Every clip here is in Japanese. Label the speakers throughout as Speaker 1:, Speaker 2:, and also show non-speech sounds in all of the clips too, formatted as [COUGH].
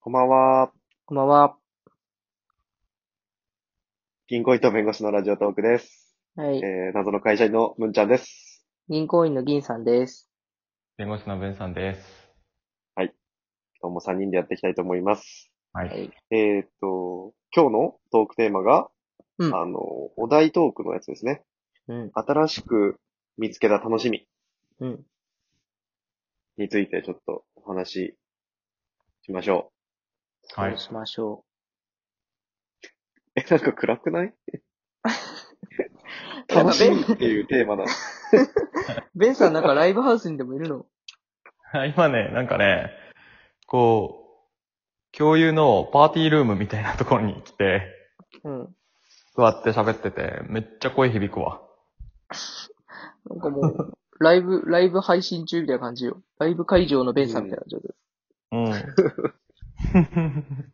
Speaker 1: こんばんは。
Speaker 2: こんばんは。
Speaker 1: 銀行員と弁護士のラジオトークです。
Speaker 2: はい。
Speaker 1: えー、謎の会社員のむんちゃんです。
Speaker 2: 銀行員の銀さんです。
Speaker 3: 弁護士の文さんです。
Speaker 1: 今日も3人でやっていきたいと思います。
Speaker 3: はい。
Speaker 2: はい。
Speaker 1: えーっと、今日のトークテーマが、
Speaker 2: うん
Speaker 1: あの、お題トークのやつですね。
Speaker 2: うん。
Speaker 1: 新しく見つけた楽しみ
Speaker 2: うん。
Speaker 1: についてちょっとお話ししましょ
Speaker 3: は
Speaker 2: そ。
Speaker 3: いう
Speaker 2: しましょ
Speaker 1: う。え、なんか暗くない
Speaker 2: や
Speaker 1: [LAUGHS] 楽しみっていうテーマだ。
Speaker 2: う。ベンさんなんかライブハウスにでもいるの
Speaker 3: [LAUGHS] 今ね、なんかね、こう、共有のパーティールームみたいなところに来て、
Speaker 2: うん。
Speaker 3: 座って喋ってて、めっちゃ声響くわ。
Speaker 2: なんかもう、 [LAUGHS] ライブ、ライブ配信中みたいな感じよ。ライブ会場のベンさんみたいな状態。
Speaker 3: うん。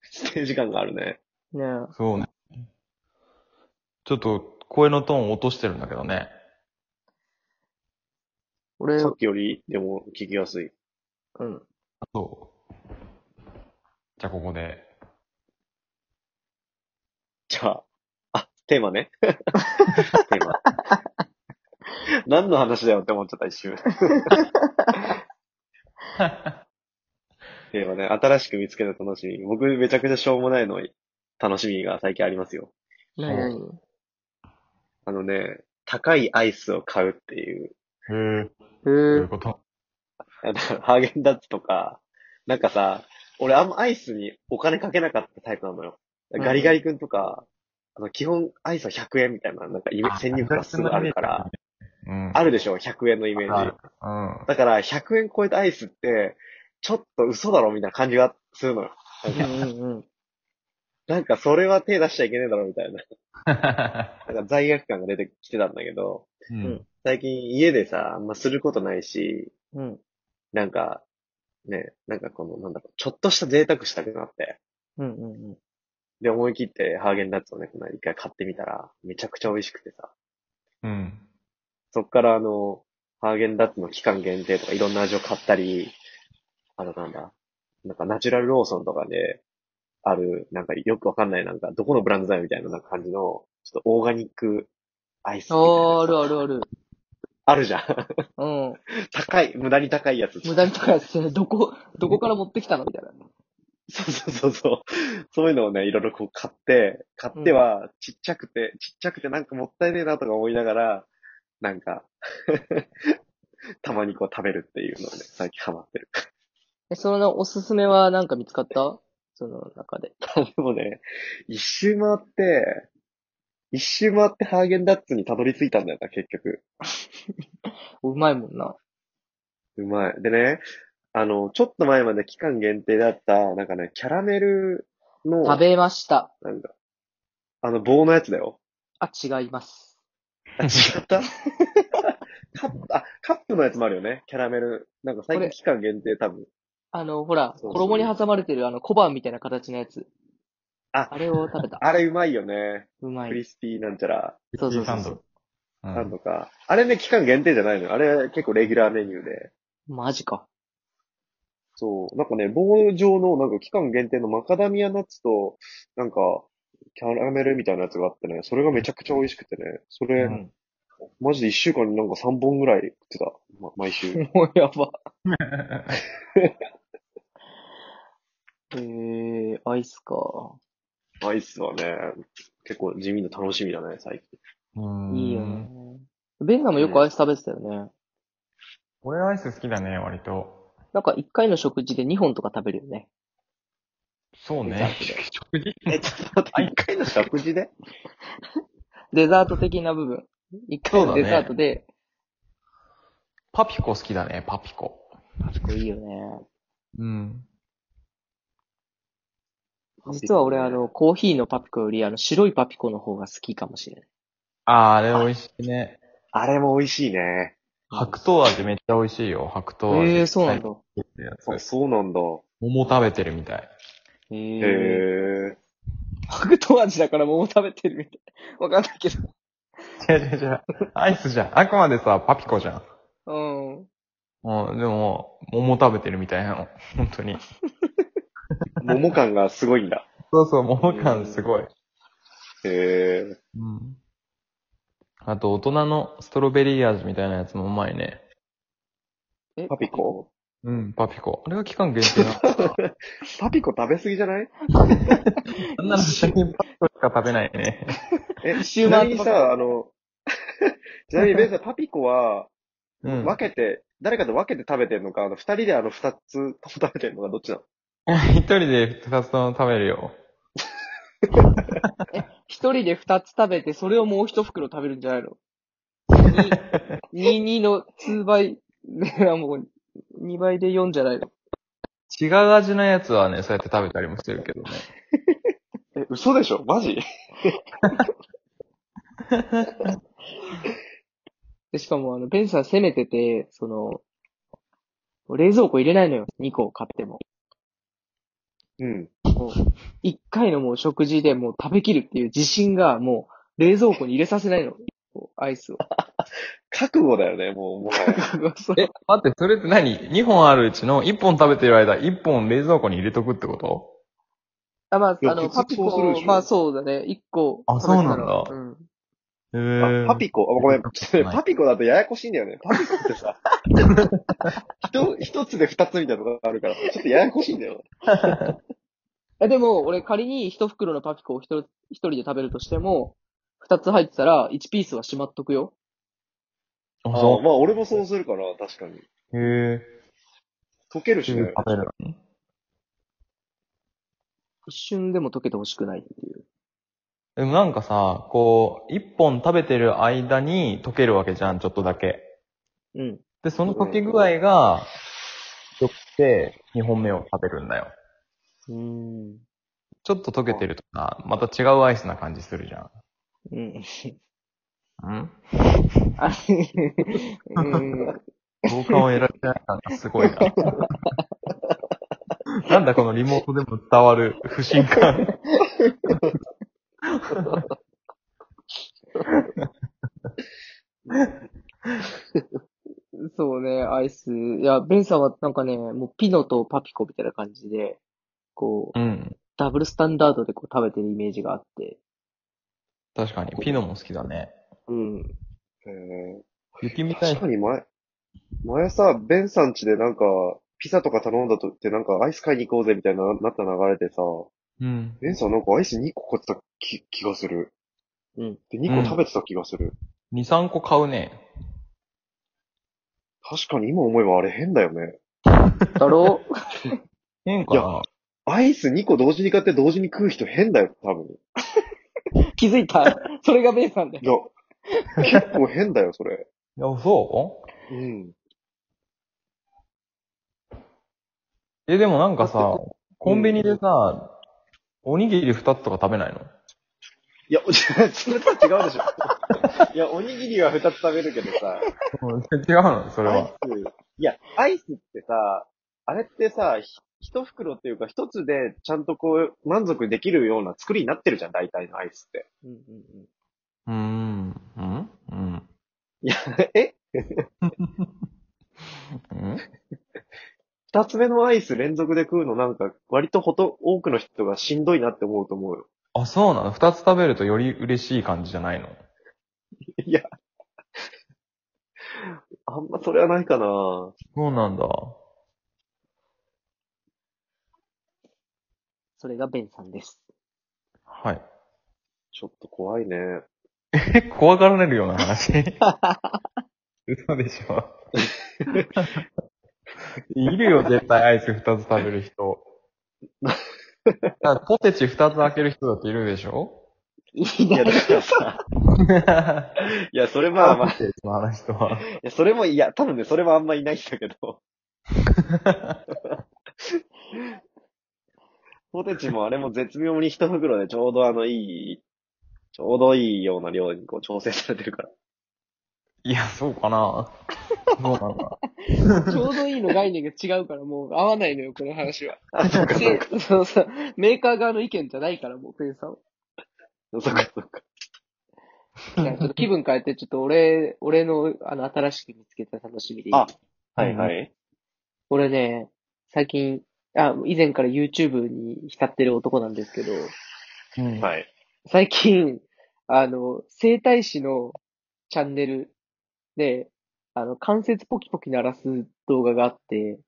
Speaker 1: ステージ感があるね。
Speaker 2: ね
Speaker 3: [LAUGHS] そうね。ちょっと、声のトーン落としてるんだけどね。
Speaker 2: 俺、
Speaker 1: さっ
Speaker 2: う
Speaker 1: きよりでも聞きやすい。
Speaker 2: ん。
Speaker 3: そう。じゃあ、ここで。
Speaker 1: じゃあ、あ、テーマね。 [LAUGHS] テーマ。何の話だよって思っちゃった一瞬。テーマね、新しく見つけた楽しみ。僕めちゃくちゃしょうもないの楽しみが最近ありますよ。
Speaker 2: なになに
Speaker 1: あのね、高いアイスを買うっていう。
Speaker 3: へえ。
Speaker 2: へ
Speaker 3: どうい
Speaker 2: ー
Speaker 3: うこと
Speaker 1: あのハーゲンダッツとか、なんかさ、俺あんまアイスにお金かけなかったタイプなのよ。ガリガリ君とか、あの基本アイスは100円みたいな、なんかイメ先入観がすごいあるから、。
Speaker 3: うん。
Speaker 1: あるでしょ、100円のイメージ。
Speaker 3: うん。
Speaker 1: だから、100円超えたアイスって、ちょっと嘘だろみたいな感じがするのよ。
Speaker 2: うんうんうん。
Speaker 1: なんか、それは手出しちゃいけねえだろみたいな。なんか罪悪感が出てきてたんだけど、
Speaker 3: うん。
Speaker 1: 最近家でさ、あんますることないし、
Speaker 2: うん。
Speaker 1: なんか、ね、なんかこの、なんだろう、ちょっとした贅沢したくなって。
Speaker 2: うんうんうん。
Speaker 1: で、思い切ってハーゲンダッツをね、この間一回買ってみたら、めちゃくちゃ美味しくてさ。
Speaker 3: うん。
Speaker 1: そっからあの、ハーゲンダッツの期間限定とかいろんな味を買ったり、あとなんだ、なんかナチュラルローソンとかで、ある、なんかよくわかんない、なんかどこのブランドだよみたいななんか感じの、ちょっとオーガニックアイスみたいな
Speaker 2: あー、あるあるある。
Speaker 1: あるじゃん。 [LAUGHS]
Speaker 2: うん。
Speaker 1: 高い、無駄に高いやつ。
Speaker 2: 無駄に高いやつね。どこ、どこから持ってきたのみたいな。
Speaker 1: そうそうそうそう。そういうのをね、いろいろこう買って、買っては、ちっちゃくて、ちっちゃくてなんかもったいねえなとか思いながら、なんか、 [LAUGHS] たまにこう食べるっていうのをね、最近ハマってる。
Speaker 2: え、そのおすすめはなんか見つかったその中で。
Speaker 1: でもね、一周回って、一周回ってハーゲンダッツにたどり着いたんだよな、結局。
Speaker 2: うまいもんな。
Speaker 1: うまい。でね、あの、ちょっと前まで期間限定だった、なんかね、キャラメルの、
Speaker 2: 食べました。
Speaker 1: なんか、あの棒のやつだよ。
Speaker 2: あ、違います。
Speaker 1: [LAUGHS] あ違ったカップ、あ、カップのやつもあるよね。キャラメル。なんか最近
Speaker 2: これ
Speaker 1: 期間限定多分。
Speaker 2: あの、ほら、
Speaker 1: そうそう
Speaker 2: 衣に挟まれてるあの小判みたいな形のやつ。
Speaker 1: あ
Speaker 2: あれを食べた。
Speaker 1: あれうまいよね。
Speaker 2: うま
Speaker 1: クリ
Speaker 2: い。
Speaker 1: スピーなんちゃら、
Speaker 3: [LAUGHS]
Speaker 2: そうそう
Speaker 3: サ
Speaker 2: そ
Speaker 3: ン
Speaker 2: う
Speaker 3: ド。う
Speaker 1: サン
Speaker 3: ん
Speaker 1: ドか。あれね、期間限定じゃないのよ。あれ結構レギュラーメニューで。
Speaker 2: マジか。
Speaker 1: そう。なんかね、棒状のなんか期間限定のマカダミアナッツと、なんか、キャラメルみたいなやつがあってね、それがめちゃくちゃ美味しくてね、それ、
Speaker 3: うん
Speaker 1: マジで一週間になんか3本ぐらい食ってた。ま、毎週。
Speaker 2: [LAUGHS] もうやば。えー、アイスか。
Speaker 1: アイスはね、結構地味な楽しみだね、最近。
Speaker 3: うん
Speaker 2: いいよね。ベンガもよくアイス食べてたよね。
Speaker 3: 俺アイス好きだね、割と。
Speaker 2: なんか一回の食事で2本とか食べるよね。
Speaker 3: そう
Speaker 1: デザ
Speaker 3: ね
Speaker 1: ートで。
Speaker 3: 食事
Speaker 1: [LAUGHS] え、ちょっと待って、一回の食事で
Speaker 2: デザート的な部分。一回のデザートで、
Speaker 3: パピコ好きだね、パピコ。
Speaker 2: 結構いいよね。
Speaker 3: うん。
Speaker 2: 実は俺あの、コーヒーのパピコよりあの、白いパピコの方が好きかもしれない。
Speaker 3: あー、あれ美味しいね。
Speaker 1: あれも美味しいね。
Speaker 3: 白桃味めっちゃ美味しいよ、白桃味。
Speaker 2: えー、そうなんだ。
Speaker 3: やつ
Speaker 1: あ、そうなんだ。
Speaker 3: 桃食べてるみたい。
Speaker 2: へ
Speaker 1: へ
Speaker 2: え。
Speaker 1: え。
Speaker 2: 白桃味だから桃食べてるみたい。わかんないけど。
Speaker 3: 違う違う違う。アイスじゃん。あくまでさ、パピコじゃん。
Speaker 2: うん。
Speaker 3: うん、でも、桃食べてるみたいなの。本当に。
Speaker 1: 桃感がすごいんだ。
Speaker 3: そうそう、桃感すごい。
Speaker 1: へえ。
Speaker 3: うん。あと、大人のストロベリー味みたいなやつもうまいね。
Speaker 2: え
Speaker 1: パピコ
Speaker 3: うん、パピコ。あれは期間限定なの
Speaker 1: パピコ [LAUGHS] 食べ過ぎじゃない
Speaker 3: あんなの最近パピコしか食べないね。
Speaker 1: え、
Speaker 2: シ
Speaker 1: ち
Speaker 2: ュー
Speaker 1: な
Speaker 2: マイ
Speaker 1: みに
Speaker 2: とか
Speaker 1: さ、あの、 [LAUGHS] ちなみにベンさん、パピコは、
Speaker 3: うん。
Speaker 1: 分けて、誰かと分けて食べてんのか、あの、二人であの二つとも食べてんのか、どっちなの
Speaker 3: 一人で二つとも食べるよ。
Speaker 2: 一人で二つ食べて、それをもう一袋食べるんじゃないの2、2の2倍、もう、2倍で4じゃないの
Speaker 3: 違う味のやつはね、そうやって食べたりもしてるけどね。
Speaker 1: え、嘘でしょマジ
Speaker 2: で、しかも、あの、ベンさん攻めてて、その、冷蔵庫入れないのよ、2個買っても。
Speaker 1: うん。
Speaker 2: もう、1回のもう食事でもう食べきるっていう自信が、もう、冷蔵庫に入れさせないの。こうアイ
Speaker 1: [LAUGHS]
Speaker 2: スを。
Speaker 1: 覚悟だよね、もう、もはや
Speaker 2: そう
Speaker 3: え、待って、それって何 ?2 本あるうちの1本食べてる間、1本冷蔵庫に入れとくってこと
Speaker 2: あ、
Speaker 1: い
Speaker 2: まあ、
Speaker 1: や
Speaker 2: あの、
Speaker 1: 普通
Speaker 2: パピコ
Speaker 1: そうするでしょ
Speaker 2: まあそうだね、1個
Speaker 3: あ
Speaker 2: 食べてたら。
Speaker 3: そうなんだ
Speaker 2: うん。
Speaker 3: へ
Speaker 1: あ
Speaker 3: ー
Speaker 1: パピコ、あごめん、ちょっとねパピコだとややこしいんだよね。パピコって [LAUGHS] さ、ひと一つで二つみたいなとこあるから、ちょっとややこしいんだよ。
Speaker 2: え、でも、俺仮に一袋のパピコを一人一人で食べるとしても、二つ入ってたら、一ピースはしまっとくよ。
Speaker 3: あ、
Speaker 1: あ
Speaker 3: そ
Speaker 1: まあ、俺もそうするから、確かに。
Speaker 3: う。へえ。
Speaker 1: 溶けるし
Speaker 3: 食
Speaker 1: ね。
Speaker 3: べるの
Speaker 2: 一瞬でも溶けてほしくないっていう。
Speaker 3: でもなんかさ、こう、1本食べてる間に溶けるわけじゃん、ちょっとだけ。
Speaker 2: うん。
Speaker 3: で、その溶け具合が、よくて、2本目を食べるんだよ。
Speaker 2: うん。
Speaker 3: ちょっと溶けてるとさ、また違うアイスな感じするじゃ
Speaker 2: うん。
Speaker 3: ん。ん
Speaker 2: あうん。
Speaker 3: 効果を得られてない感がすごいな。なんだこのリモートでも伝わる不信感。
Speaker 2: そうね、アイス。いや、ベンさんはなんかね、もうピノとパピコみたいな感じで、こう、
Speaker 3: うん。
Speaker 2: ダブルスタンダードでこう食べてるイメージがあって。
Speaker 3: 確かに、ピノも好きだね。
Speaker 2: うん。
Speaker 1: へー
Speaker 3: 雪みたい
Speaker 1: 確か。に前、前さ、ベンさん家でなんか、ピザとか頼んだとってなんかアイス買いに行こうぜみたいな、なった流れてさ、
Speaker 3: うん。
Speaker 1: ベンさんなんかアイス2個買ってた気気がする。
Speaker 2: うん。
Speaker 1: で、2個食べてた気がする。
Speaker 3: 2、3個買うね。
Speaker 1: 確かに今思えばあれ変だよね。
Speaker 2: だろう [LAUGHS]
Speaker 3: 変かな
Speaker 1: アイス2個同時に買って同時に食う人変だよ、多分。
Speaker 2: 気づいたそれがベンさんだよ。
Speaker 1: いや、結構変だよ、それ。
Speaker 3: いや、そう
Speaker 1: うん。
Speaker 3: え、でもなんか
Speaker 1: だっ
Speaker 3: さ
Speaker 1: て、
Speaker 3: コンビニでさ、おにぎり2つとか食べないの
Speaker 1: いや、 [LAUGHS] それとは違うでしょ。いや、おにぎりは2つ食べるけどさ、
Speaker 3: 違うのそれ
Speaker 1: アイ
Speaker 3: は。
Speaker 1: ス、いや、アイスってさ、あれってさ、ひ一袋っていうか一つでちゃんとこう満足できるような作りになってるじゃん、大体のアイスって。
Speaker 2: うんうんうん。
Speaker 3: うーん。うんうん。
Speaker 1: いや、え
Speaker 3: うん
Speaker 1: 二つ目のアイス連続で食うのなんか割とほと、多くの人がしんどいなって思うと思うよ。
Speaker 3: あ、そうなの二つ食べるとより嬉しい感じじゃないの
Speaker 1: いや、あんまそれはないかな
Speaker 3: そうなんだ。
Speaker 2: それがベンさんです。
Speaker 3: はい。 [LAUGHS]
Speaker 1: ちょっと怖いね。
Speaker 3: え、怖がられるような [LAUGHS] 話。嘘でし [LAUGHS] ょ。いるよ、絶対アイス二つ食べる [LAUGHS] 人。だからポテチ二つ開ける人だっているでしょ
Speaker 2: い
Speaker 1: いや、だからさ、いや、それまあまあ、い
Speaker 3: その話とは。
Speaker 1: や、それも、いや、多分ね、それはあんまいないんだけ [LAUGHS] ど。ポテチもあれも絶妙に一袋でちょうどあの、いい、ちょうどいいような量にこう調整されてるから。
Speaker 3: いや、そうかな。そうなんだ。
Speaker 2: ちょうどいいの概念が違うから、もう合わないのよ、この話は。
Speaker 1: あ、そうか、そうか。
Speaker 2: せそうそう。メーカー側の意見じゃないから、もう、ペンさんは。
Speaker 1: そうか、そうか。
Speaker 2: いやちょっと気分変えて、ちょっと俺、 [LAUGHS] 俺の、あの、新しく見つけた楽しみでいい
Speaker 1: あはいはい。
Speaker 2: 俺ね、最近、あ、以前から YouTube に浸ってる男なんですけど、
Speaker 3: うん。い。
Speaker 1: はい。
Speaker 2: 最近、あの、生体師のチャンネルで、あの、関節ポキポキ鳴らす動画があって、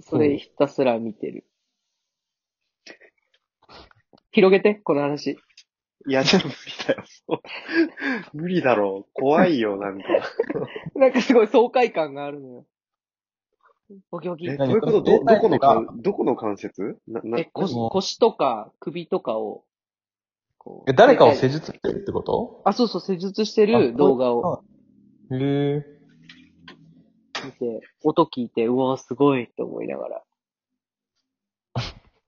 Speaker 2: それひたすら見てる。広げて、この話。
Speaker 1: いや、でも無理だよ。無理だろう。怖いよ、なんか。
Speaker 2: なんかすごい爽快感があるのよ。ポキポキ。
Speaker 1: え、
Speaker 2: え
Speaker 1: どういうことど、どこのかん、どこの関節な、な、
Speaker 2: 腰腰とか首とかを、こう
Speaker 3: え、誰かを施術してるってこと
Speaker 2: あ、そうそう、施術してる動画を。
Speaker 3: へえ。
Speaker 2: 見て、音聞いて、うわすごいって思いながら。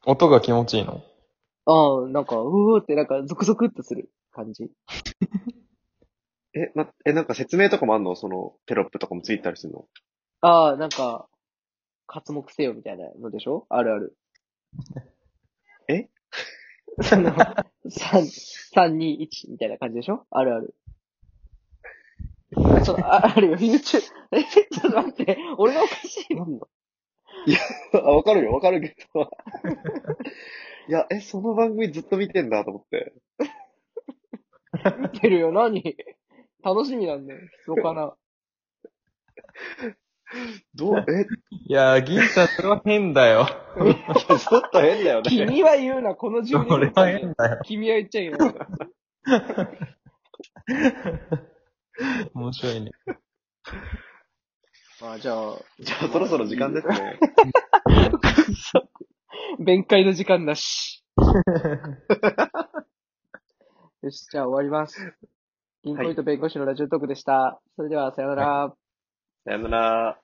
Speaker 3: 音が気持ちいいの
Speaker 2: ああ、なんか、うおーって、なんか、ゾクゾクっとする感じ。
Speaker 1: え、な、え、なんか説明とかもあんのその、テロップとかもついたりするの
Speaker 2: ああ、なんか、活目せよみたいなのでしょあるある。
Speaker 1: え
Speaker 2: その、三、三、二、一みたいな感じでしょあるある。ちょっと、あ、あるよ、YouTube。え、ちょっと待って、俺がおかしいの
Speaker 1: [LAUGHS] あ、わかるよ、わかるけど。 [LAUGHS] いや、え、その番組ずっと見てんだと思って。
Speaker 2: 見てるよ、何楽しみなんだよ、密か [LAUGHS] な。
Speaker 1: どう、え、
Speaker 3: いやー、銀ちゃん、それは変だ [LAUGHS] よ。
Speaker 1: ちょっと変だよね。
Speaker 2: 君は言うな、この
Speaker 3: そ
Speaker 2: 10
Speaker 3: れ
Speaker 2: 年
Speaker 3: は
Speaker 2: 間で
Speaker 3: 変だよ。
Speaker 2: 君は言っちゃいけない。
Speaker 3: 面白いね。
Speaker 2: [LAUGHS] まあ、じゃあ、
Speaker 1: じゃあ、そろそろ時間ですね。
Speaker 2: [LAUGHS] 弁解の時間なし。よし、じゃあ終わります。銀行員と弁護士のラジオトークでした。それでは、さようなら。
Speaker 1: さよなら。